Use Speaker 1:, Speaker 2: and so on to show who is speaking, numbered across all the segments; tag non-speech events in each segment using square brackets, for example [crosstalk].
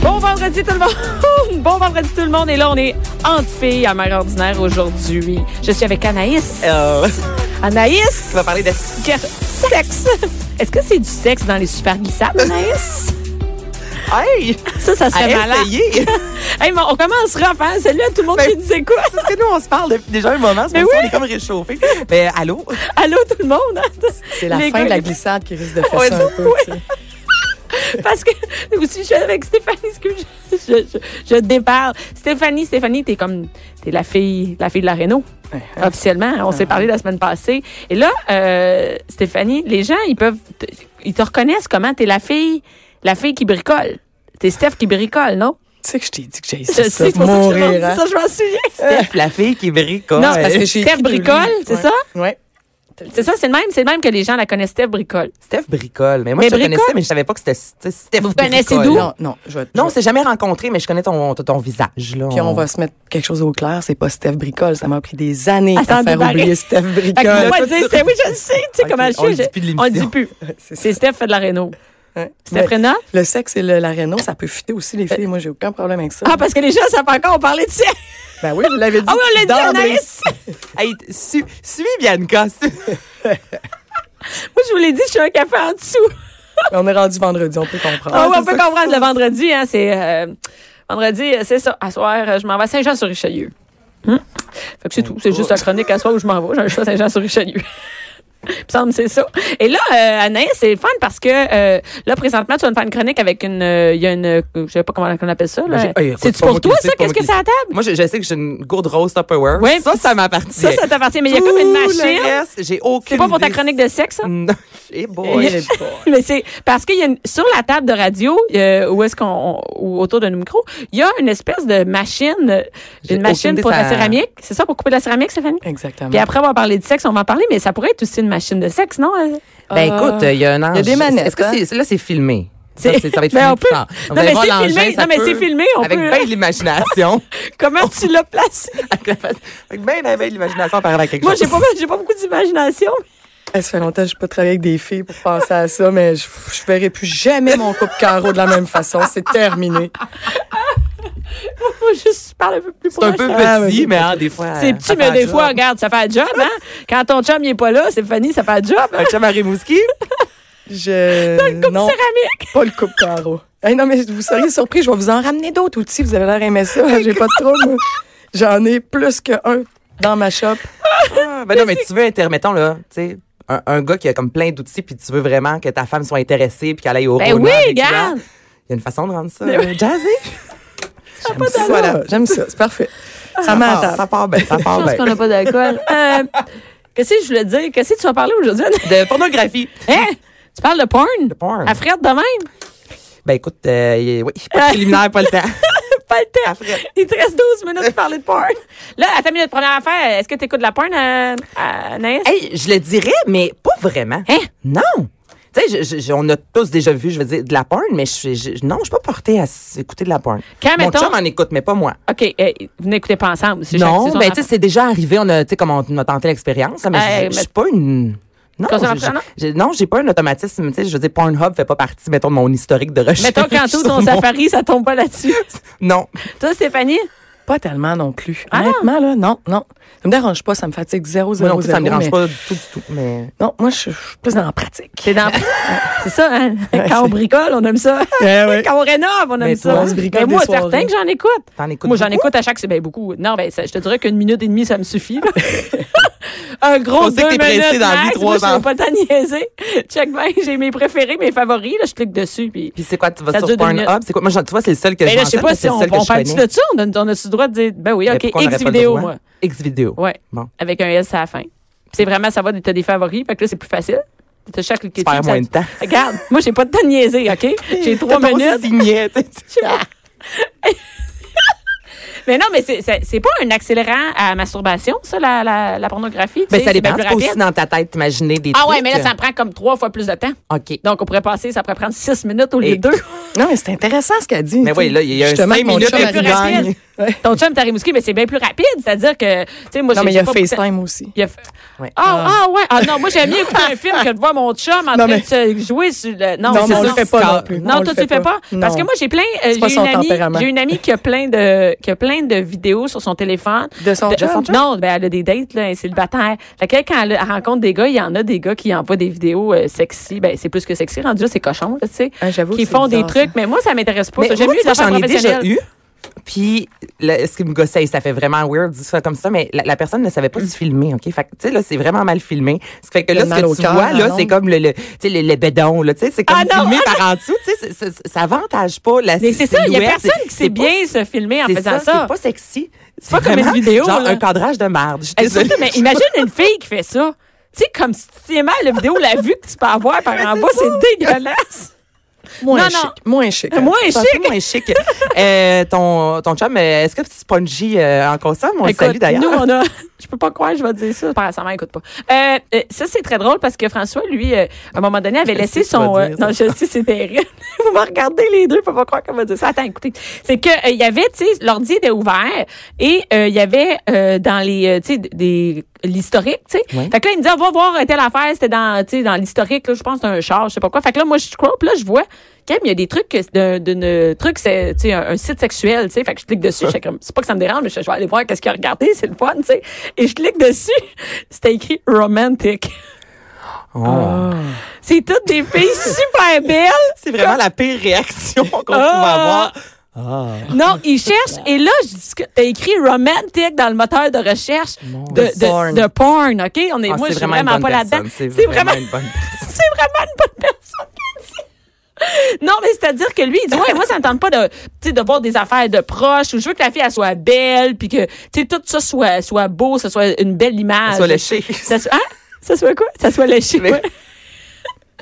Speaker 1: Bon vendredi tout le monde! [laughs] Bon vendredi tout le monde! Et là, on est entre filles à mère ordinaire aujourd'hui. Je suis avec Anaïs.
Speaker 2: Euh,
Speaker 1: Anaïs!
Speaker 2: on va parler de
Speaker 1: Quel Sexe! Est-ce que c'est du sexe dans les super glissables, Anaïs?
Speaker 3: [laughs]
Speaker 2: Hey!
Speaker 1: Ça, ça serait
Speaker 2: À
Speaker 1: malade.
Speaker 2: essayer!
Speaker 1: Hey, mais on commencera à faire celle-là, tout le monde
Speaker 2: Ben-
Speaker 1: qui disait quoi?
Speaker 2: Parce que nous, on se parle depuis déjà un moment, c'est
Speaker 1: Mais
Speaker 2: pour ça
Speaker 1: oui.
Speaker 2: qu'on est comme réchauffé. Mais allô?
Speaker 1: Allô, tout le monde?
Speaker 3: C'est la
Speaker 1: Les
Speaker 3: fin
Speaker 1: gars-
Speaker 3: de la glissade qui risque de faire
Speaker 1: Ouais,
Speaker 3: ça
Speaker 1: ça-
Speaker 3: un peu. tu sais.
Speaker 1: Parce que aussi, je suis avec Stéphanie, excuse, je, je, je, je déparle. Stéphanie, Stéphanie, t'es comme, t'es la fille, la fille de la Renault. Officiellement, on s'est parlé la semaine passée. Et là, euh, Stéphanie, les gens, ils peuvent, te- ils te reconnaissent comment t'es la fille, la fille qui bricole. T'es Steph qui bricole, non?
Speaker 3: Tu sais que je t'ai dit que j'ai
Speaker 1: Je
Speaker 3: essayé ça.
Speaker 1: sais, c'est pour ça que je m'en dis
Speaker 3: mourir, hein.
Speaker 1: ça, je m'en souviens.
Speaker 2: Steph, la fille qui bricole. Euh,
Speaker 1: Non, c'est
Speaker 3: Parce que
Speaker 1: Steph
Speaker 3: j'ai écrit deux
Speaker 1: bricole,
Speaker 3: livres.
Speaker 1: c'est
Speaker 3: Ouais.
Speaker 1: ça?
Speaker 3: Ouais.
Speaker 1: C'est ça, c'est le même, c'est le même que les gens la connaissent, Steph bricole.
Speaker 2: Steph bricole. Mais moi,
Speaker 1: Mais
Speaker 2: je te
Speaker 1: bricole?
Speaker 2: connaissais, mais je savais pas que c'était c'était Steph Vous
Speaker 1: connaissez d'où?
Speaker 3: Non, non, je vais.
Speaker 2: Non, on
Speaker 3: je vais-
Speaker 2: s'est jamais rencontré, mais je connais ton, ton, ton visage. Là,
Speaker 3: Puis on va se mettre quelque chose au clair, c'est pas Steph Bricole. Ça m'a pris des années
Speaker 1: À
Speaker 3: à
Speaker 1: s'en
Speaker 3: faire
Speaker 1: débarrasser.
Speaker 3: oublier
Speaker 1: Fait
Speaker 3: Steph
Speaker 1: que faut
Speaker 3: Bricole.
Speaker 1: pas dire, Steph, oui, je le sais, tu sais
Speaker 2: Ok,
Speaker 1: comment je
Speaker 2: on le
Speaker 1: suis,
Speaker 2: dit plus de
Speaker 1: je- On le dit
Speaker 2: l'émission.
Speaker 1: plus.
Speaker 3: [laughs] C'est ça.
Speaker 1: C'est Steph fait de la Renault.
Speaker 3: Ouais.
Speaker 1: Steph
Speaker 3: Mais
Speaker 1: Renault?
Speaker 3: Le sexe et le- la réno, ça peut fuiter aussi les filles. Moi, j'ai aucun problème avec ça.
Speaker 1: Ah, parce que les gens savent pas encore parler de ça. [laughs]
Speaker 3: Ben oui, vous l'avez dit.
Speaker 1: Ah oui, on l'a dit,
Speaker 3: Dans mes-
Speaker 1: Anaïs.
Speaker 2: Hey, su- suis Bianca. [laughs] su-
Speaker 1: Moi, je vous l'ai dit, je suis un café en dessous.
Speaker 3: [laughs] On est rendu vendredi, on peut comprendre.
Speaker 1: Ah, ouais, on
Speaker 2: c'est
Speaker 1: peut
Speaker 2: ça que
Speaker 1: comprendre le vendredi, hein, c'est... euh, vendredi, euh, c'est ça. À soir, euh, je m'en vais à Saint-Jean-sur-Richelieu. Hum. Fait
Speaker 2: Oh,
Speaker 1: que c'est tout. C'est juste la chronique à soir où je m'en vais. J'ai un choix à Saint-Jean-sur-Richelieu. [laughs] Il me semble que c'est ça. Et là, euh, Anaïs, c'est le fun parce que euh, là, présentement, tu vas me faire une chronique avec une. euh, Il y a une. euh, Je sais pas comment on appelle ça.
Speaker 2: Ben,
Speaker 1: là.
Speaker 2: j'ai- hey, écoute,
Speaker 1: C'est-tu
Speaker 2: pas
Speaker 1: pour
Speaker 2: moi qui
Speaker 1: toi,
Speaker 2: le sais,
Speaker 1: ça?
Speaker 2: pas moi
Speaker 1: Qu'est-ce que
Speaker 2: qui le
Speaker 1: c'est à table?
Speaker 2: Moi, je, je sais que j'ai une gourde rose Tupperware.
Speaker 1: Ouais.
Speaker 2: ça, ça m'appartient.
Speaker 1: Ça, ça t'appartient, mais il y a comme une
Speaker 2: Tout le
Speaker 1: machine.
Speaker 2: reste, J'ai aucune
Speaker 1: C'est pas pour ta
Speaker 2: idée.
Speaker 1: chronique de sexe, ça?
Speaker 2: Non. [laughs] Eh boy.
Speaker 3: Ouais.
Speaker 1: [laughs] Mais c'est parce qu'il y a une- sur la table de radio euh, où est-ce qu'on on- ou autour de nos micros, il y a une espèce de machine, euh,
Speaker 2: J'ai
Speaker 1: une
Speaker 2: aucune
Speaker 1: machine
Speaker 2: idée,
Speaker 1: pour la
Speaker 2: ça-
Speaker 1: céramique. C'est ça pour couper de la céramique, Stéphanie?
Speaker 3: Exactement.
Speaker 1: Puis après avoir parlé de sexe, on va en parler, mais ça pourrait être aussi une machine de sexe, non?
Speaker 2: [laughs]
Speaker 1: hein?
Speaker 2: Ben écoute, il y a un ange.
Speaker 3: y a des manettes,
Speaker 2: Est-ce que c'est- là, c'est filmé? Ça,
Speaker 1: C'est-
Speaker 2: c'est- ça va être
Speaker 1: Ben,
Speaker 2: filmé
Speaker 1: on
Speaker 2: plus
Speaker 1: peut-
Speaker 2: tard.
Speaker 1: Non,
Speaker 2: Vous allez
Speaker 1: mais
Speaker 2: voir
Speaker 1: c'est
Speaker 2: l'engin,
Speaker 1: filmé.
Speaker 2: hein, ça
Speaker 1: Non, mais
Speaker 2: peut-
Speaker 1: c'est filmé, on
Speaker 2: Avec
Speaker 1: peut-
Speaker 2: bien de l'imagination.
Speaker 1: Comment tu l'as
Speaker 2: [laughs]
Speaker 1: placé?
Speaker 2: avec la face- [laughs] avec bien, bien, bien de l'imagination, on parle à quelque
Speaker 1: Moi, j'ai
Speaker 2: chose.
Speaker 1: pas, j'ai pas beaucoup d'imagination.
Speaker 3: Ça fait longtemps que je pas travaillé avec des filles pour penser à ça, mais je, je verrai plus jamais mon couple carreau de la même façon. C'est terminé.
Speaker 1: [laughs] Moi, je parle un peu plus
Speaker 2: C'est un peu
Speaker 1: proche.
Speaker 3: Ah, mais
Speaker 2: petit,
Speaker 3: oui.
Speaker 2: mais hein, des fois.
Speaker 1: C'est
Speaker 2: euh,
Speaker 1: petit,
Speaker 2: ça
Speaker 1: mais
Speaker 2: fait
Speaker 1: des
Speaker 2: un
Speaker 1: fois,
Speaker 2: job.
Speaker 1: regarde, ça fait un job, hein? Quand ton chum, il est pas là, Stéphanie, ça fait un job. hein?
Speaker 2: euh, Un chum à [laughs] Rimouski?
Speaker 3: Je. non,
Speaker 1: Céramique.
Speaker 3: pas le couple carreau. Hey, non, mais vous seriez surpris, je vais vous en ramener d'autres outils. Vous avez l'air aimé ça. J'ai pas de trouble. moi. J'en ai plus qu'un dans ma shop.
Speaker 2: Ah, ben non, mais tu veux, intermettons, là, tu sais, un, un gars qui a comme plein d'outils, puis tu veux vraiment que ta femme soit intéressée, puis qu'elle aille au
Speaker 1: Ben
Speaker 2: Rona
Speaker 1: oui,
Speaker 2: avec toi.
Speaker 1: regarde.
Speaker 2: Il y a une façon de rendre ça
Speaker 1: Mais
Speaker 2: euh, [laughs] jazzy.
Speaker 3: J'aime ça. Voilà, j'aime ça. C'est parfait. Ah, Ça
Speaker 2: part,
Speaker 3: m'attend.
Speaker 2: Ah, ça part bien, ça part
Speaker 1: Chance qu'on
Speaker 2: bien.
Speaker 1: n'a pas d'alcool. Euh, Qu'est-ce que je voulais te dire? Qu'est-ce que tu vas parler aujourd'hui?
Speaker 2: De pornographie.
Speaker 1: hein? Tu parles de porn? De
Speaker 2: porn.
Speaker 1: À frette de même?
Speaker 2: Ben écoute, euh, y- oui, [laughs] pas de préliminaire, pas le temps.
Speaker 1: Pas le temps.
Speaker 2: À frette.
Speaker 1: Il te reste 12 minutes pour parler de porn. Là, attends une minute, première affaire. Est-ce que tu écoutes de la porn, euh, à Anaïs?
Speaker 2: Hey, je le dirais, mais pas vraiment.
Speaker 1: Hein?
Speaker 2: Non. Tu sais, je- je- je- on a tous déjà vu, je veux dire, de la porn, mais je, je- non, je suis pas portée à s- écouter de la porn.
Speaker 1: Quand,
Speaker 2: Mon
Speaker 1: mettons-
Speaker 2: chum en écoute, mais pas moi.
Speaker 1: OK, euh, vous n'écoutez pas ensemble. c'est chaque-
Speaker 2: Non,
Speaker 1: c'est son
Speaker 2: ben tu sais,
Speaker 1: affaire.
Speaker 2: c'est déjà arrivé, on a, tu sais, comme on, on a tenté l'expérience, mais
Speaker 1: Hey,
Speaker 2: je- je
Speaker 1: mais-
Speaker 2: suis pas une... Non,
Speaker 1: Consommateur,
Speaker 2: j'ai-
Speaker 1: non?
Speaker 2: j'ai- non, j'ai pas un automatisme, tu sais, je veux dire, Pornhub fait pas partie, mettons, de mon historique de recherche.
Speaker 1: Mettons,
Speaker 2: [laughs]
Speaker 1: quand tout
Speaker 2: sur
Speaker 1: ton
Speaker 2: mon-
Speaker 1: safari, ça tombe pas là-dessus. [laughs]
Speaker 2: Non.
Speaker 1: Toi, Stéphanie?
Speaker 3: Pas tellement Ah non plus. Honnêtement, là, non, non. Ça me dérange pas, ça me fatigue zéro,
Speaker 2: Moi
Speaker 3: zéro,
Speaker 2: non plus, ça me
Speaker 3: zéro,
Speaker 2: dérange
Speaker 3: mais-
Speaker 2: pas du tout, du tout, mais...
Speaker 3: Non, moi, je je suis plus dans la pratique.
Speaker 1: T'es dans. c'est ça, hein? Quand on bricole, on aime ça.
Speaker 3: Eh oui.
Speaker 1: [laughs] Quand on rénove, on aime
Speaker 3: Mais
Speaker 1: ça.
Speaker 3: toi, on se bricole
Speaker 1: Mais moi,
Speaker 3: des soirées.
Speaker 1: certain que j'en écoute.
Speaker 2: T'en écoutes
Speaker 1: moi, j'en
Speaker 2: beaucoup?
Speaker 1: écoute à chaque. Ben, beaucoup. Non, ben, ça- je te dirais qu'une minute et demie, ça me suffit. là. [laughs] Un gros
Speaker 2: On sait
Speaker 1: deux
Speaker 2: que t'es
Speaker 1: minutes.
Speaker 2: pressé dans la vie,
Speaker 1: max.
Speaker 2: trois
Speaker 1: Moi, je
Speaker 2: ans.
Speaker 1: vais pas t'en niaiser. [laughs] Check bien, j'ai mes préférés, mes favoris. Là, je clique dessus. Puis...
Speaker 2: Puis c'est quoi, tu vas
Speaker 1: Ça
Speaker 2: sur
Speaker 1: dure deux
Speaker 2: Pornhub?
Speaker 1: minutes.
Speaker 2: C'est quoi? Moi, je- tu vois, c'est le seul que
Speaker 1: Ben,
Speaker 2: je
Speaker 1: là, je sais
Speaker 2: mentionne,
Speaker 1: pas
Speaker 2: parce que
Speaker 1: si
Speaker 2: c'est
Speaker 1: on,
Speaker 2: le seul que
Speaker 1: on
Speaker 2: je
Speaker 1: parle-tu
Speaker 2: connais.
Speaker 1: de ça? On donne- On a-tu le droit de dire, ben oui,
Speaker 2: Mais
Speaker 1: OK,
Speaker 2: pourquoi on
Speaker 1: X
Speaker 2: aurait pas le
Speaker 1: vidéo,
Speaker 2: droit?
Speaker 1: moi.
Speaker 2: X vidéo.
Speaker 1: Ouais.
Speaker 2: Bon.
Speaker 1: Avec un S à la fin. Puis c'est vraiment, ça va, t'as des favoris. Fait que là, c'est plus facile. T'as chaque cliqué
Speaker 2: Tu perds
Speaker 1: dessus, ça-
Speaker 2: moins de temps. [laughs]
Speaker 1: Regarde, moi, [laughs] j'ai pas de temps de niaiser, OK? J'ai trois minutes.
Speaker 2: Signé, tu sais.
Speaker 1: Je sais pas. Mais non, mais c'est- c'est c'est pas un accélérant à masturbation, ça, la, la, la pornographie. tu
Speaker 2: Ben,
Speaker 1: sais,
Speaker 2: ça
Speaker 1: c'est bien
Speaker 2: dépend.
Speaker 1: plus
Speaker 2: C'est pas aussi
Speaker 1: rapide.
Speaker 2: dans ta tête, imaginer des
Speaker 1: Ah
Speaker 2: trucs.
Speaker 1: ouais, mais là, ça me prend comme trois fois plus de temps.
Speaker 2: OK.
Speaker 1: Donc, on pourrait passer, ça pourrait prendre six minutes au lieu
Speaker 2: Et-
Speaker 1: de
Speaker 2: [laughs]
Speaker 1: deux.
Speaker 3: Non, mais c'est intéressant ce qu'elle dit.
Speaker 2: Mais
Speaker 3: tu
Speaker 2: oui,
Speaker 3: sais.
Speaker 2: là, il y a un
Speaker 3: Justement,
Speaker 2: cinq
Speaker 3: mon
Speaker 2: minutes
Speaker 3: chum,
Speaker 1: plus
Speaker 2: et
Speaker 3: elle
Speaker 2: tu
Speaker 3: dit-
Speaker 1: rapide.
Speaker 3: [laughs]
Speaker 2: gagnes.
Speaker 1: Ton chum, t'as Rimouski, mais c'est bien plus rapide. C'est-à-dire que, tu sais, moi,
Speaker 3: Non,
Speaker 1: j'ai-
Speaker 3: mais il y
Speaker 1: j'ai
Speaker 3: a
Speaker 1: pas beaucoup de temps.
Speaker 3: FaceTime aussi.
Speaker 1: Il y a f-
Speaker 2: Ouais.
Speaker 1: Ah, ah, ouais. Ah non, moi, j'aime mieux écouter un film que de voir mon chum en train
Speaker 3: mais-
Speaker 1: de se jouer sur le. Non,
Speaker 3: Non,
Speaker 1: c'est
Speaker 3: mais on
Speaker 1: ça.
Speaker 3: le fait pas non plus.
Speaker 1: Non,
Speaker 3: On
Speaker 1: toi,
Speaker 3: le
Speaker 1: tu le
Speaker 3: fait
Speaker 1: fais pas.
Speaker 3: pas.
Speaker 1: Parce que
Speaker 3: Non.
Speaker 1: moi, j'ai plein. euh,
Speaker 3: C'est pas
Speaker 1: j'ai,
Speaker 3: son
Speaker 1: une amie,
Speaker 3: tempérament.
Speaker 1: j'ai une amie qui a plein de, qui a plein de vidéos sur son téléphone.
Speaker 3: De son chum?
Speaker 1: Non, ben, elle a des dates, là, elle est célibataire. Fait que quand elle, elle rencontre des gars, il y en a des gars qui envoient des vidéos euh, sexy. Ben, c'est plus que sexy. Rendu là, c'est cochon, là, tu sais.
Speaker 3: Ah, j'avoue
Speaker 1: qui
Speaker 3: que c'est
Speaker 1: font des
Speaker 3: bizarre,
Speaker 1: trucs. Mais moi, ça m'intéresse pas.
Speaker 2: Mais
Speaker 1: ça. J'aime
Speaker 2: moi,
Speaker 1: mieux
Speaker 2: tu
Speaker 1: les
Speaker 2: vois,
Speaker 1: affaires
Speaker 2: j'en ai déjà
Speaker 1: professionnelles.
Speaker 2: eu. Puis, là, ce qui me gossait, ça fait vraiment weird, dit ça comme ça, mais la, la personne ne savait
Speaker 1: Mm.
Speaker 2: pas se filmer, OK? Fait que, tu sais, là, c'est vraiment mal filmé. Ce qui fait que
Speaker 3: Le
Speaker 2: là, ce
Speaker 3: mal au
Speaker 2: que tu
Speaker 3: cœur,
Speaker 2: vois,
Speaker 3: la
Speaker 2: là,
Speaker 3: langue.
Speaker 2: c'est comme le, le, tu sais, le, le bédon, là, tu sais, c'est comme
Speaker 1: Ah non,
Speaker 2: filmé
Speaker 1: ah
Speaker 2: par en dessous, tu sais, c'est- c'est- ça avantage pas la
Speaker 1: Mais c'est ça, il y a
Speaker 2: silhouette,
Speaker 1: personne qui
Speaker 2: c'est
Speaker 1: sait
Speaker 2: pas-
Speaker 1: bien se filmer en
Speaker 2: c'est
Speaker 1: faisant
Speaker 2: C'est
Speaker 1: ça.
Speaker 2: pas sexy. C'est
Speaker 1: pas comme une
Speaker 2: vraiment
Speaker 1: vidéo,
Speaker 2: Genre
Speaker 1: là.
Speaker 2: un cadrage de merde. Je suis
Speaker 1: Hey, surtout,
Speaker 2: désolée.
Speaker 1: mais
Speaker 2: [laughs]
Speaker 1: imagine une fille qui fait ça. Tu sais, comme si tu aimais la vidéo, la vue que tu peux avoir par en bas, c'est dégueulasse.
Speaker 3: Moins
Speaker 1: Non,
Speaker 3: chic.
Speaker 1: non.
Speaker 3: Moins chic. hein.
Speaker 1: Moi,
Speaker 2: C'est un
Speaker 1: chic.
Speaker 2: peu moins chic. Euh, ton, ton chum, euh, est-ce que Spongy euh, en consomme? On le
Speaker 1: Écoute,
Speaker 2: salue d'ailleurs.
Speaker 1: Nous, on a. [laughs] Je peux pas croire, que je vais te dire ça. Par sa mère, écoute pas. Euh, euh, ça, c'est très drôle parce que François, lui, euh, à un moment donné, avait laissé
Speaker 2: sais que tu
Speaker 1: son.
Speaker 2: vas
Speaker 1: euh,
Speaker 2: dire ça.
Speaker 1: non, [laughs] je sais, c'est terrible. Vous me regardez les deux, je peux pas croire qu'on va dire ça. Attends, écoutez. C'est que euh, il y avait, tu sais, l'ordi était ouvert et euh, il y avait euh, dans les, euh, tu sais, des l'historique, tu sais.
Speaker 2: Ouais.
Speaker 1: Fait que là, il me dit, on va voir euh, telle affaire, c'était dans, tu sais, dans l'historique, là, je pense, d'un char, je sais pas quoi. Fait que là, moi, je scroll, puis là, je vois, quand même, il y a des trucs, que c'est d'un d'une- euh, truc, c'est, tu sais, un, un site sexuel, tu sais. Fait que je clique dessus, je fais comme, c'est pas que ça me dérange, mais je, je vais aller voir qu'est-ce qu'il a regardé, c'est le fun, tu sais. Et je clique dessus, [laughs] c'était écrit romantic.
Speaker 2: Oh.
Speaker 1: Ah. C'est toutes des filles super belles.
Speaker 2: C'est vraiment la pire réaction qu'on pouvait
Speaker 1: Ah.
Speaker 2: avoir.
Speaker 1: Non, ils cherchent. Et là, je dis que t'as écrit romantic dans le moteur de recherche de,
Speaker 2: Dieu.
Speaker 1: de-
Speaker 2: Porn.
Speaker 1: de porn, OK? On est,
Speaker 2: Ah,
Speaker 1: moi,
Speaker 2: c'est
Speaker 1: je suis
Speaker 2: vraiment une
Speaker 1: vraiment
Speaker 2: bonne
Speaker 1: pas là-dedans.
Speaker 2: personne. C'est vraiment une bonne
Speaker 1: [laughs] C'est vraiment une bonne personne qui le dit. Non, mais c'est-à-dire que lui, il dit, ouais, moi, ça me tente pas de, tu sais, de voir des affaires de proches, ou je veux que la fille, elle soit belle, puis que, tu sais, tout ça soit, soit beau, ça soit une belle image.
Speaker 2: Ça soit léché.
Speaker 1: Ça soit, hein? Ça soit quoi? Ça soit léché, ouais.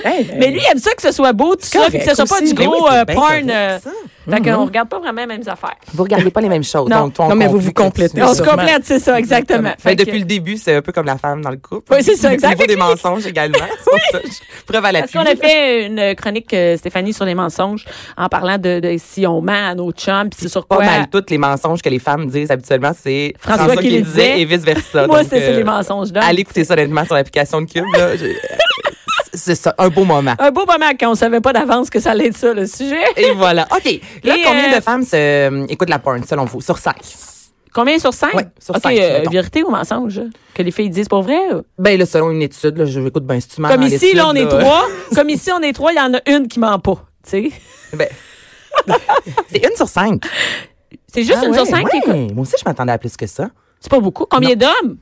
Speaker 3: Hey,
Speaker 1: Mais lui, il aime ça que ce soit beau, tout ça,
Speaker 3: correct
Speaker 1: puis que ce soit pas
Speaker 3: aussi.
Speaker 1: du
Speaker 2: Mais oui,
Speaker 1: gros
Speaker 2: c'est
Speaker 1: euh,
Speaker 2: bien
Speaker 1: porn.
Speaker 2: correct, Mm-hmm.
Speaker 1: euh,
Speaker 2: ça.
Speaker 1: Fait qu'on regarde pas vraiment les mêmes affaires.
Speaker 2: Vous regardez pas les mêmes choses.
Speaker 1: Non.
Speaker 2: donc, toi, on
Speaker 3: Non, mais vous
Speaker 2: conclut
Speaker 3: vous
Speaker 2: que tu-
Speaker 3: complétez.
Speaker 1: On se
Speaker 3: Sûrement.
Speaker 1: complète, c'est ça, exactement.
Speaker 2: Mais
Speaker 1: Fait que-
Speaker 2: Ben, depuis le début, c'est un peu comme la femme dans le couple.
Speaker 1: Oui, c'est ça, exact.
Speaker 2: Au niveau
Speaker 1: Fait
Speaker 2: des
Speaker 1: que-
Speaker 2: mensonges également. C'est pour ça, je- Preuve à
Speaker 1: Parce
Speaker 2: l'appui.
Speaker 1: qu'on a fait une chronique, euh, Stéphanie, sur les mensonges, en parlant de, de si on ment à nos chums, puis c'est sur
Speaker 2: Pas
Speaker 1: quoi.
Speaker 2: mal toutes les mensonges que les femmes disent habituellement, c'est
Speaker 1: François qui les disait.
Speaker 2: et vice versa.
Speaker 1: Moi,
Speaker 2: Donc,
Speaker 1: c'était sur
Speaker 2: euh,
Speaker 1: les mensonges. là.
Speaker 2: Allez écouter ça honnêtement sur l'application de Cube.
Speaker 1: [laughs]
Speaker 2: là. Je- C'est ça, un beau moment.
Speaker 1: Un beau moment quand on savait pas d'avance que ça allait être ça, le sujet.
Speaker 2: Et voilà. OK. Là,
Speaker 1: Et,
Speaker 2: combien
Speaker 1: euh,
Speaker 2: de femmes se- écoutent la porn, selon vous, sur cinq?
Speaker 1: Combien sur cinq?
Speaker 2: Ouais, sur
Speaker 1: OK,
Speaker 2: cinq,
Speaker 1: euh,
Speaker 2: mettons.
Speaker 1: vérité ou mensonge? Que les filles disent pour vrai? ou-
Speaker 2: Ben là, selon une étude, là, je écoute ben si tu mens
Speaker 1: Comme
Speaker 2: dans
Speaker 1: ici,
Speaker 2: l'étude,
Speaker 1: là, on est trois. Comme ici, on est trois, il y en a une qui ment pas. tu sais.
Speaker 2: Ben, c'est une sur cinq.
Speaker 1: C'est juste
Speaker 2: Ah
Speaker 1: une
Speaker 2: ouais,
Speaker 1: sur cinq qui
Speaker 2: ouais.
Speaker 1: écoute.
Speaker 2: Moi aussi, je m'attendais à plus que ça.
Speaker 1: C'est pas beaucoup. Combien d'hommes?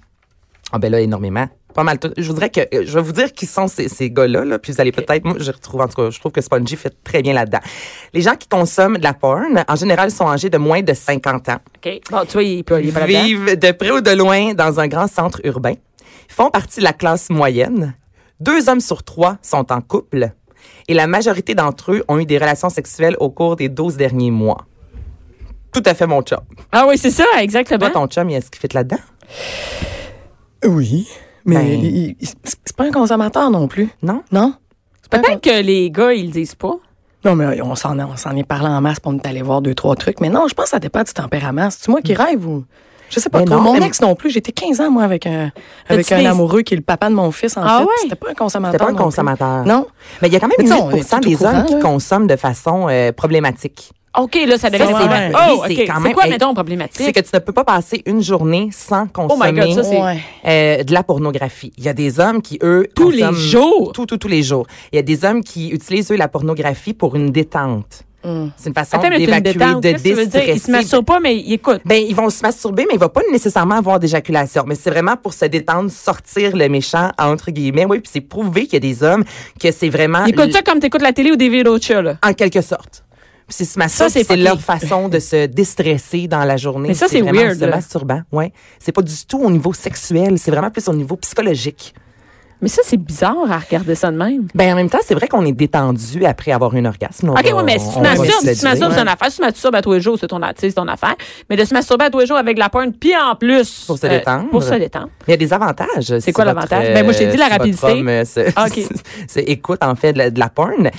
Speaker 2: Ah ben là, énormément. Pas mal tout. Je voudrais que euh, je vais vous dire qui sont ces, ces gars-là, là, puis vous allez peut-être, moi, je retrouve en tout cas, je trouve que Spongy fait très bien là-dedans. Les gens qui consomment de la porn, en général, sont âgés de moins de 50 ans.
Speaker 1: OK. Bon, tu vois, il peut aller pas là-dedans.
Speaker 2: vivent de près ou de loin dans un grand centre urbain, font partie de la classe moyenne. Deux hommes sur trois sont en couple et la majorité d'entre eux ont eu des relations sexuelles au cours des 12 derniers mois. Tout à fait mon chum.
Speaker 1: Ah oui, c'est ça, exactement.
Speaker 2: Toi,
Speaker 3: Hein?
Speaker 2: ton chum, il- est-ce qu'il fit là-dedans?
Speaker 3: Oui. Mais
Speaker 2: Ben.
Speaker 3: il- il- c'est pas un consommateur non plus.
Speaker 2: Non?
Speaker 3: Non? C'est pas un
Speaker 1: Peut-être que les gars, ils le disent pas.
Speaker 3: Non, mais on s'en, on s'en est parlé en masse pour nous allé voir deux, trois trucs. Mais non, je pense que ça dépend du tempérament. C'est-tu moi qui rêve ou. Je sais pas
Speaker 2: Mais
Speaker 3: trop.
Speaker 2: non,
Speaker 3: mon
Speaker 2: mais-
Speaker 3: ex non plus. J'étais 15 ans, moi, avec un, avec
Speaker 1: T'as-tu
Speaker 3: un
Speaker 1: des-
Speaker 3: amoureux qui est le papa de mon fils, en
Speaker 1: Ah
Speaker 3: fait.
Speaker 1: ouais?
Speaker 3: C'était pas un consommateur.
Speaker 2: C'était pas un
Speaker 3: non plus.
Speaker 2: consommateur.
Speaker 3: Non.
Speaker 2: Mais il y a quand
Speaker 3: Mais
Speaker 2: même
Speaker 3: tu sais, on est
Speaker 2: 8
Speaker 3: tout
Speaker 2: des
Speaker 3: au courant,
Speaker 2: hommes qui
Speaker 3: là.
Speaker 2: consomment de façon euh, problématique.
Speaker 1: OK, là, ça devient
Speaker 3: c'est
Speaker 1: problématique.
Speaker 2: ma- oui,
Speaker 1: Oh,
Speaker 2: c'est
Speaker 1: OK.
Speaker 2: quand
Speaker 1: C'est
Speaker 2: même-
Speaker 1: quoi,
Speaker 2: hey,
Speaker 1: mettons,
Speaker 2: C'est
Speaker 1: problématique?
Speaker 2: que tu ne peux pas passer une journée sans
Speaker 3: Oh
Speaker 1: my God,
Speaker 2: consommer
Speaker 1: ça, c'est-
Speaker 3: Ouais.
Speaker 2: euh, de la pornographie. Il y a des hommes qui, eux...
Speaker 1: Tous les
Speaker 2: consomment-
Speaker 1: jours?
Speaker 2: Tout, tout, tous les jours. Il y a des hommes qui utilisent, eux, la pornographie pour une détente. C'est une façon
Speaker 1: Attends, mais tu me
Speaker 2: d'évacuer,
Speaker 1: détends.
Speaker 2: de
Speaker 1: Qu'est-ce que tu veux dire? Ils se
Speaker 2: déstresser.
Speaker 1: masturbe pas, mais ils écoutent.
Speaker 2: Ben, ils vont se masturber, mais il va pas nécessairement avoir d'éjaculation. Mais c'est vraiment pour se détendre, sortir le méchant, entre guillemets. Oui, puis c'est prouvé qu'il y a des hommes que c'est vraiment...
Speaker 1: Ils écoutent ça comme t'écoutes la télé ou des vidéos de chat, là.
Speaker 2: en quelque sorte. Puis c'est se masturber,
Speaker 1: c'est
Speaker 2: c'est
Speaker 1: fucké.
Speaker 2: leur façon de se déstresser dans la journée.
Speaker 1: Mais ça, c'est
Speaker 2: vraiment
Speaker 1: weird,
Speaker 2: Se
Speaker 1: là.
Speaker 2: masturbant, ouais. C'est pas du tout au niveau sexuel, c'est vraiment plus au niveau psychologique.
Speaker 1: Mais ça, c'est bizarre à regarder ça de même.
Speaker 2: Ben, en même temps, c'est vrai qu'on est détendu après avoir un orgasme. On
Speaker 1: OK,
Speaker 2: va-
Speaker 1: oui, mais si tu
Speaker 2: on va se
Speaker 1: masturbes,
Speaker 2: le
Speaker 1: si tu
Speaker 2: dire.
Speaker 1: masturbes, c'est une affaire. Si tu masturbes à tous les jours, c'est ton, c'est ton affaire. Mais de se masturber à tous les jours avec la pointe, puis en plus.
Speaker 2: Pour se
Speaker 1: euh,
Speaker 2: détendre.
Speaker 1: Pour se détendre.
Speaker 2: Il y a des avantages. C'est
Speaker 1: quoi l'avantage? Ben, moi, je t'ai dit la rapidité.
Speaker 2: euh,
Speaker 1: Ah,
Speaker 2: [laughs]
Speaker 1: OK.
Speaker 2: écoute, en fait, de la, de la porn.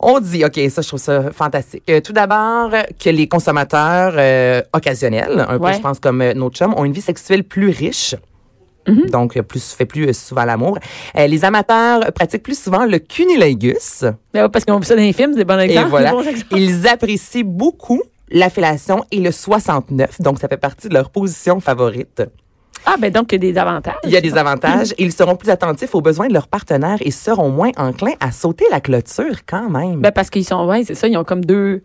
Speaker 2: On dit, OK, ça, je trouve ça fantastique. Euh, tout d'abord, que les consommateurs euh, occasionnels, un peu,
Speaker 1: Ouais.
Speaker 2: je pense, comme euh, nos chums, ont une vie sexuelle plus riche.
Speaker 1: Mm-hmm.
Speaker 2: Donc, euh, plus fait plus euh, souvent l'amour. Euh, les amateurs pratiquent plus souvent le cunilingus.
Speaker 1: Mais ouais, parce qu'on voit ça dans les films, c'est des bons exemples.
Speaker 2: Et voilà.
Speaker 1: des bons exemples.
Speaker 2: Ils apprécient beaucoup la fellation et le 69. Donc, ça fait partie de leur position favorite.
Speaker 1: Ah, ben donc, il y a des avantages.
Speaker 2: Il y a des avantages. Ils seront plus attentifs aux besoins de leur partenaire et seront moins enclins à sauter la clôture quand même.
Speaker 1: Ben parce qu'ils sont, ouais, c'est ça, ils ont comme deux.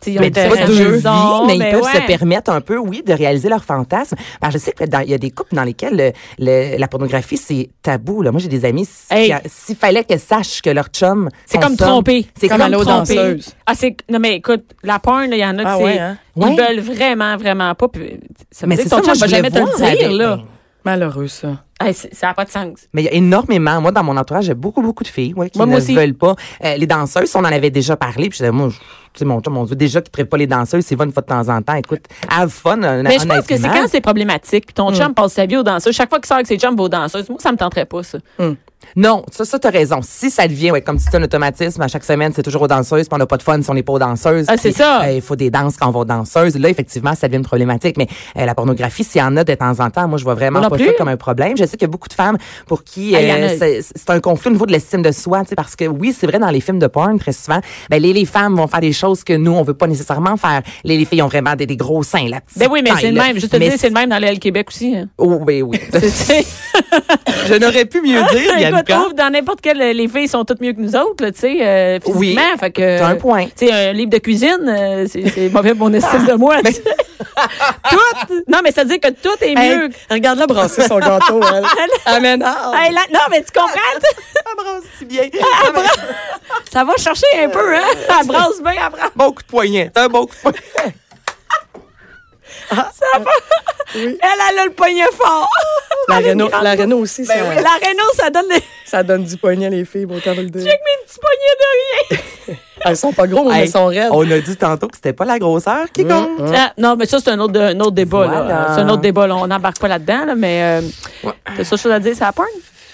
Speaker 1: tu sais, Ils ont
Speaker 2: mais
Speaker 1: une
Speaker 2: c'est pas
Speaker 1: terrain
Speaker 2: deux
Speaker 1: de
Speaker 2: vies,
Speaker 1: zone,
Speaker 2: mais ils peuvent
Speaker 1: ouais.
Speaker 2: se permettre un peu, oui, de réaliser leurs fantasmes. Ben, je sais que dans- il y a des couples dans lesquels le- le- la pornographie, c'est tabou. Là. Moi, j'ai des amis, si-
Speaker 1: Hey.
Speaker 2: s'il fallait qu'elles sachent que leur chum
Speaker 1: C'est comme
Speaker 2: consomme-
Speaker 1: tromper.
Speaker 2: C'est
Speaker 3: Comme
Speaker 2: comme,
Speaker 3: à l'eau
Speaker 2: tromper.
Speaker 1: Trompé.
Speaker 3: danseuse.
Speaker 1: Ah, c'est. Non, mais écoute, la porn, là, il y en a qui
Speaker 3: Ah
Speaker 1: c'est-
Speaker 3: ouais, hein?
Speaker 1: ils
Speaker 2: Ouais.
Speaker 1: veulent vraiment, vraiment pas. puis ça veut
Speaker 2: Mais
Speaker 1: dire
Speaker 2: c'est
Speaker 1: que ton
Speaker 2: ça,
Speaker 1: chum
Speaker 2: moi, je
Speaker 1: va jamais te
Speaker 2: voulais voir
Speaker 1: le dire,
Speaker 2: avec-
Speaker 1: là.
Speaker 3: Malheureux, ça.
Speaker 1: Hey, c'est- ça n'a pas de sens.
Speaker 2: Mais il y a énormément, moi, dans mon entourage, j'ai beaucoup, beaucoup de filles ouais, qui
Speaker 1: Moi,
Speaker 2: ne
Speaker 1: moi aussi.
Speaker 2: veulent pas. Euh, les danseuses, on en avait déjà parlé, puis je disais, moi, je- tu sais, mon Dieu, mon Dieu, déjà qu'ils ne pas les danseuses, c'est va une fois de temps en temps. Écoute, have fun, hon-
Speaker 1: Mais je pense que c'est
Speaker 2: honnêtement.
Speaker 1: quand c'est problématique, puis ton chum passe sa vie aux danseuses. Chaque fois qu'il sort avec ses chums, va aux danseuses. Moi, ça me tenterait pas, ça.
Speaker 2: Non, ça, ça, t'as raison. Si ça devient, ouais, comme tu dis, un automatisme, à chaque semaine, c'est toujours aux danseuses, puis on n'a pas de fun si on n'est pas aux danseuses.
Speaker 1: Ah, c'est
Speaker 2: puis,
Speaker 1: ça.
Speaker 2: euh, Il faut des danses quand on va aux danseuses. Là, effectivement, ça devient une problématique. Mais euh, la pornographie, s'il y en a de temps en temps, moi, je vois vraiment
Speaker 1: Moi
Speaker 2: pas
Speaker 1: non plus.
Speaker 2: ça comme un problème. Je sais qu'il y a beaucoup de femmes pour qui
Speaker 1: Ah, il y en
Speaker 2: euh,
Speaker 1: a.
Speaker 2: c'est- c'est un conflit au niveau de l'estime de soi, tu sais, parce que oui, c'est vrai, dans les films de porn, très souvent, ben, les, les femmes vont faire des choses que nous, on veut pas nécessairement faire. Les, les filles ont vraiment des, des gros seins, là.
Speaker 1: Ben oui, mais c'est le même. Je te dis, c'est le même dans le L Québec aussi. hein.
Speaker 2: Oh,
Speaker 1: [laughs]
Speaker 2: ben oui.
Speaker 1: C'est- c'est-
Speaker 2: je n'aurais pu mieux
Speaker 1: Ah,
Speaker 2: dire, hein.
Speaker 1: Écoute,
Speaker 2: Bianca.
Speaker 1: ouvre dans n'importe quel. euh, Les filles sont toutes mieux que nous autres, là, tu sais, euh, physiquement.
Speaker 2: Oui,
Speaker 1: Fait que,
Speaker 2: t'as un point.
Speaker 1: Tu sais, un livre de cuisine, euh, c'est c'est mauvais pour mon estime de moi. tu sais. tout. Non, mais ça veut dire que tout est
Speaker 3: Hey,
Speaker 1: mieux.
Speaker 3: Regarde-la brasser son gâteau, elle. Amen.
Speaker 1: Hey, là, non, mais tu comprends? [laughs]
Speaker 2: Abrasse si bien.
Speaker 1: ça va chercher un peu, hein? Elle brasse bien, elle brasse.
Speaker 2: Bon coup de poignet. C'est un bon coup de poignet.
Speaker 1: Elle, elle a le poignet fort.
Speaker 3: La Renault, Ben la Renault aussi, ça,
Speaker 1: La Renault, ça donne des...
Speaker 3: ça donne du poignet, les filles, autant vous le dire.
Speaker 1: Check mes petits poignets de rien.
Speaker 3: Elles sont pas grosses,
Speaker 2: Hey, Oh,
Speaker 3: mais elles sont raides.
Speaker 2: on a dit tantôt que c'était pas la grosseur qui compte.
Speaker 1: Ah, non, mais ça, c'est un autre, un autre débat. là.
Speaker 2: Hein? Voilà.
Speaker 1: C'est un autre débat. là. On n'embarque pas là-dedans, là, mais euh, t'as ça chose à dire, ça porn?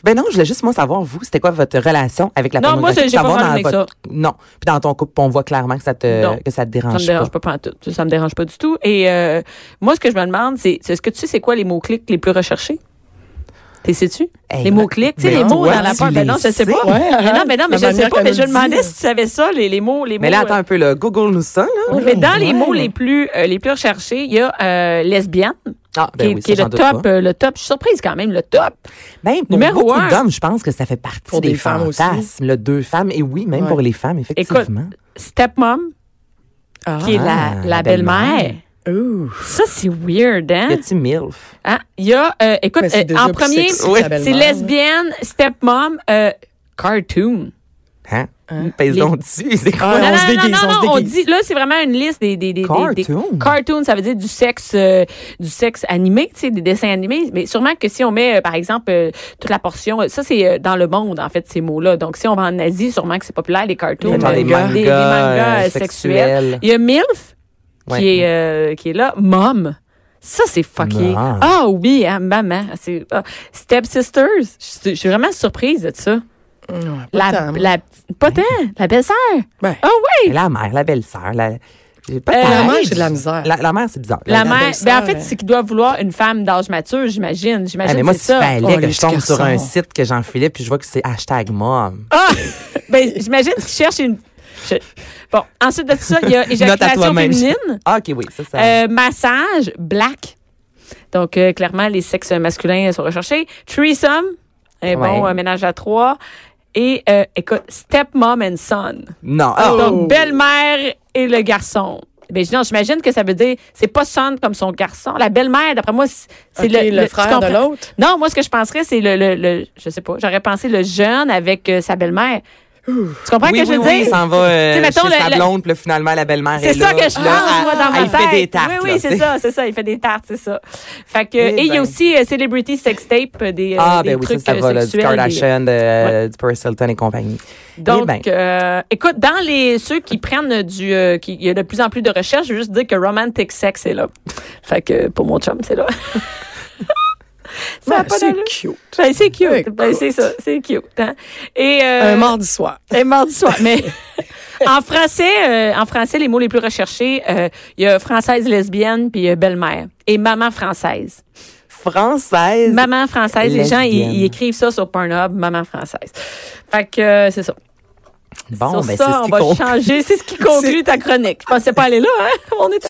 Speaker 2: Ben non, je voulais juste moi savoir vous, c'était quoi votre relation avec la
Speaker 1: Non, moi,
Speaker 2: pornographie,
Speaker 1: j'ai- j'ai
Speaker 2: savoir
Speaker 1: pas de
Speaker 2: dans
Speaker 1: problème avec
Speaker 2: votre... Non, puis dans ton couple, on voit clairement que ça te
Speaker 1: Non.
Speaker 2: que ça te
Speaker 1: Ça
Speaker 2: dérange,
Speaker 1: me dérange pas, pas en tout. Ça me dérange pas du tout. Et euh, moi, ce que je me demande, c'est c'est- est-ce que tu sais c'est quoi les mots-clics les plus recherchés? T'es sais-tu?
Speaker 2: Hey,
Speaker 1: les
Speaker 2: ben,
Speaker 1: mots-clics, tu sais,
Speaker 2: ben,
Speaker 1: les mots
Speaker 2: toi,
Speaker 1: dans la
Speaker 2: tu
Speaker 1: porn. Ben non,
Speaker 2: les
Speaker 1: je sais pas.
Speaker 2: sais.
Speaker 3: Ouais,
Speaker 1: Mais non, mais non, mais
Speaker 3: la
Speaker 1: je sais
Speaker 3: manière
Speaker 1: pas, mais
Speaker 3: qu'elle
Speaker 1: je
Speaker 3: nous
Speaker 1: me demandais
Speaker 3: dit.
Speaker 1: si tu savais ça, les, les mots, les
Speaker 2: Mais
Speaker 1: mots.
Speaker 2: là
Speaker 1: euh,
Speaker 2: attends un peu le Google nous ça là.
Speaker 1: Mais dans les mots les plus euh, les plus recherchés, il y a euh, lesbienne,
Speaker 2: Ah, ben
Speaker 1: qui,
Speaker 2: oui,
Speaker 1: qui
Speaker 2: ça,
Speaker 1: est
Speaker 2: j'en
Speaker 1: le
Speaker 2: doute
Speaker 1: top,
Speaker 2: pas.
Speaker 1: euh, le top. Je suis surprise quand même, le top.
Speaker 2: Ben, pour
Speaker 1: Numéro
Speaker 2: beaucoup
Speaker 1: un.
Speaker 2: d'hommes, je pense que ça fait partie
Speaker 3: Pour
Speaker 2: des,
Speaker 3: des femmes aussi.
Speaker 2: fantasmes, là, deux femmes et oui, même
Speaker 3: Ouais.
Speaker 2: pour les femmes effectivement.
Speaker 1: Stepmom,
Speaker 3: Ah.
Speaker 1: qui est la,
Speaker 2: Ah,
Speaker 1: la
Speaker 2: la
Speaker 1: belle-mère.
Speaker 2: belle-mère.
Speaker 3: Ouh.
Speaker 1: Ça, c'est weird, hein?
Speaker 2: Y a-t-il milf
Speaker 1: Hein? Il y a, euh, écoute,
Speaker 3: Mais c'est
Speaker 1: euh,
Speaker 3: déjà
Speaker 1: en
Speaker 3: plus
Speaker 1: premier,
Speaker 3: sexy
Speaker 2: ouais,
Speaker 3: que la belle-mère,
Speaker 1: c'est
Speaker 3: là.
Speaker 1: lesbienne, stepmom, euh, cartoon.
Speaker 2: Hein Pèse
Speaker 1: Les-
Speaker 2: donc dessus, c'est quoi
Speaker 3: Ah,
Speaker 1: non,
Speaker 3: on
Speaker 1: non,
Speaker 3: se déguise,
Speaker 1: Oh non, non,
Speaker 3: on se
Speaker 1: non, on
Speaker 3: déguise.
Speaker 1: dit, là, c'est vraiment une liste des, des, des, des- des-
Speaker 2: Cartoon.
Speaker 1: cartoon, ça veut dire du sexe, euh, du sexe animé, tu sais, des dessins animés. Mais sûrement que si on met, euh, par exemple, euh, toute la portion, euh, ça, c'est euh, dans le monde, en fait, ces mots-là. Donc, si on va en Asie, sûrement que c'est populaire, les cartoons.
Speaker 2: Les
Speaker 1: euh,
Speaker 2: mangas,
Speaker 1: des- des mangas,
Speaker 2: euh,
Speaker 1: euh,
Speaker 2: sexuels.
Speaker 1: sexuels. Il y a MILF,
Speaker 2: Ouais.
Speaker 1: qui est, euh, qui est là. Mom. Ça, c'est fucké.
Speaker 2: Mom.
Speaker 1: Ah oui, hein, maman. C'est, ah. Step Sisters. Je je suis vraiment surprise de ça.
Speaker 3: Non, pas
Speaker 1: La,
Speaker 3: tant.
Speaker 1: la, pas tant, la belle-sœur.
Speaker 3: Ben.
Speaker 1: Ah oui!
Speaker 2: Mais La mère, la belle-sœur, la j'ai pas
Speaker 1: Euh,
Speaker 3: La
Speaker 2: parlé.
Speaker 3: mère, j'ai de la misère.
Speaker 2: La, la mère, c'est bizarre.
Speaker 1: La
Speaker 3: La
Speaker 1: mère,
Speaker 3: belle-sœur,
Speaker 1: ben en fait,
Speaker 3: elle-
Speaker 1: c'est qu'il doit vouloir une femme d'âge mature, j'imagine.
Speaker 2: Ah,
Speaker 1: J'imagine
Speaker 2: mais
Speaker 1: que
Speaker 2: moi,
Speaker 1: c'est
Speaker 2: si
Speaker 1: ça.
Speaker 2: fallait
Speaker 3: Oh,
Speaker 2: que
Speaker 3: les
Speaker 2: je tombe sur un
Speaker 3: garçons.
Speaker 2: site que Jean-Philippe puis je vois que c'est hashtag mom.
Speaker 1: Ah! ben, j'imagine qu'il cherche une. je- Bon, ensuite de ça, il
Speaker 2: [laughs]
Speaker 1: y a éjaculation
Speaker 2: toi-même.
Speaker 1: féminine,
Speaker 2: Ah, OK, oui, ça, ça.
Speaker 1: euh, massage, black. Donc, euh, clairement, les sexes masculins sont recherchés. Threesome, un bon
Speaker 2: Ouais.
Speaker 1: euh, ménage à trois. Et, euh, écoute, stepmom and son.
Speaker 2: non. Ah,
Speaker 1: oh, Donc, belle-mère et le garçon. Ben, non, j'imagine que ça veut dire, c'est pas son comme son garçon. La belle-mère, d'après moi, c'est c'est
Speaker 3: Ok, le
Speaker 1: tu
Speaker 3: frère de
Speaker 1: comprends?
Speaker 3: l'autre?
Speaker 1: Non, moi, ce que je penserais, c'est le, le, le- je sais pas, j'aurais pensé le jeune avec euh, sa belle-mère. Tu comprends ce
Speaker 2: oui,
Speaker 1: que
Speaker 2: oui,
Speaker 1: je veux
Speaker 2: oui, il
Speaker 1: dire?
Speaker 2: s'en va euh,
Speaker 1: Tu sais, mettons,
Speaker 2: chez
Speaker 1: le-
Speaker 2: sa
Speaker 1: le-
Speaker 2: blonde, puis là, finalement, la belle-mère
Speaker 1: C'est
Speaker 2: est
Speaker 1: ça
Speaker 2: là,
Speaker 1: que je pense,
Speaker 2: puis là,
Speaker 1: moi, dans ma
Speaker 2: elle
Speaker 1: tête.
Speaker 2: fait des tartes,
Speaker 1: Oui, oui,
Speaker 2: là,
Speaker 1: c'est
Speaker 2: tu sais.
Speaker 1: ça, c'est ça. Il fait des tartes, c'est ça. Fait que,
Speaker 2: Eh
Speaker 1: et il y
Speaker 2: ben.
Speaker 1: a aussi euh, Celebrity Sextape, euh, des, euh,
Speaker 2: Ah,
Speaker 1: des
Speaker 2: ben oui, ça,
Speaker 1: trucs
Speaker 2: ça
Speaker 1: euh,
Speaker 2: va, là, du
Speaker 1: sexuels, des-
Speaker 2: Kardashian, de, euh, du Paris Hilton et compagnie.
Speaker 1: Donc,
Speaker 2: Eh
Speaker 1: euh, écoute, dans les ceux qui prennent du, euh, qui, il y a de plus en plus de recherches. Je veux juste dire que romantic sex est là. Fait que pour mon chum,
Speaker 2: [laughs]
Speaker 1: c'est là. ça a
Speaker 3: Ah,
Speaker 1: pas
Speaker 3: c'est
Speaker 1: d'allure.
Speaker 3: cute.
Speaker 1: Ben, c'est cute.
Speaker 3: Écoute.
Speaker 1: Ben, c'est ça. C'est cute. Hein? Et, euh,
Speaker 3: Un mardi soir.
Speaker 1: et mardi soir. Mais en français, euh, en français, les mots les plus recherchés, euh, il y a française lesbienne puis euh, belle-mère et maman française.
Speaker 2: Française.
Speaker 1: Maman française. Les gens
Speaker 2: Lesbienne.
Speaker 1: ils, ils écrivent ça sur Pornhub, maman française. Fait que euh, c'est ça.
Speaker 2: bon,
Speaker 1: Sur
Speaker 2: ben, c'est
Speaker 1: ça,
Speaker 2: ce
Speaker 1: on
Speaker 2: qui
Speaker 1: va
Speaker 2: compte. [laughs]
Speaker 1: changer. C'est ce qui conclut ta chronique. Je pensais pas aller là, hein? On est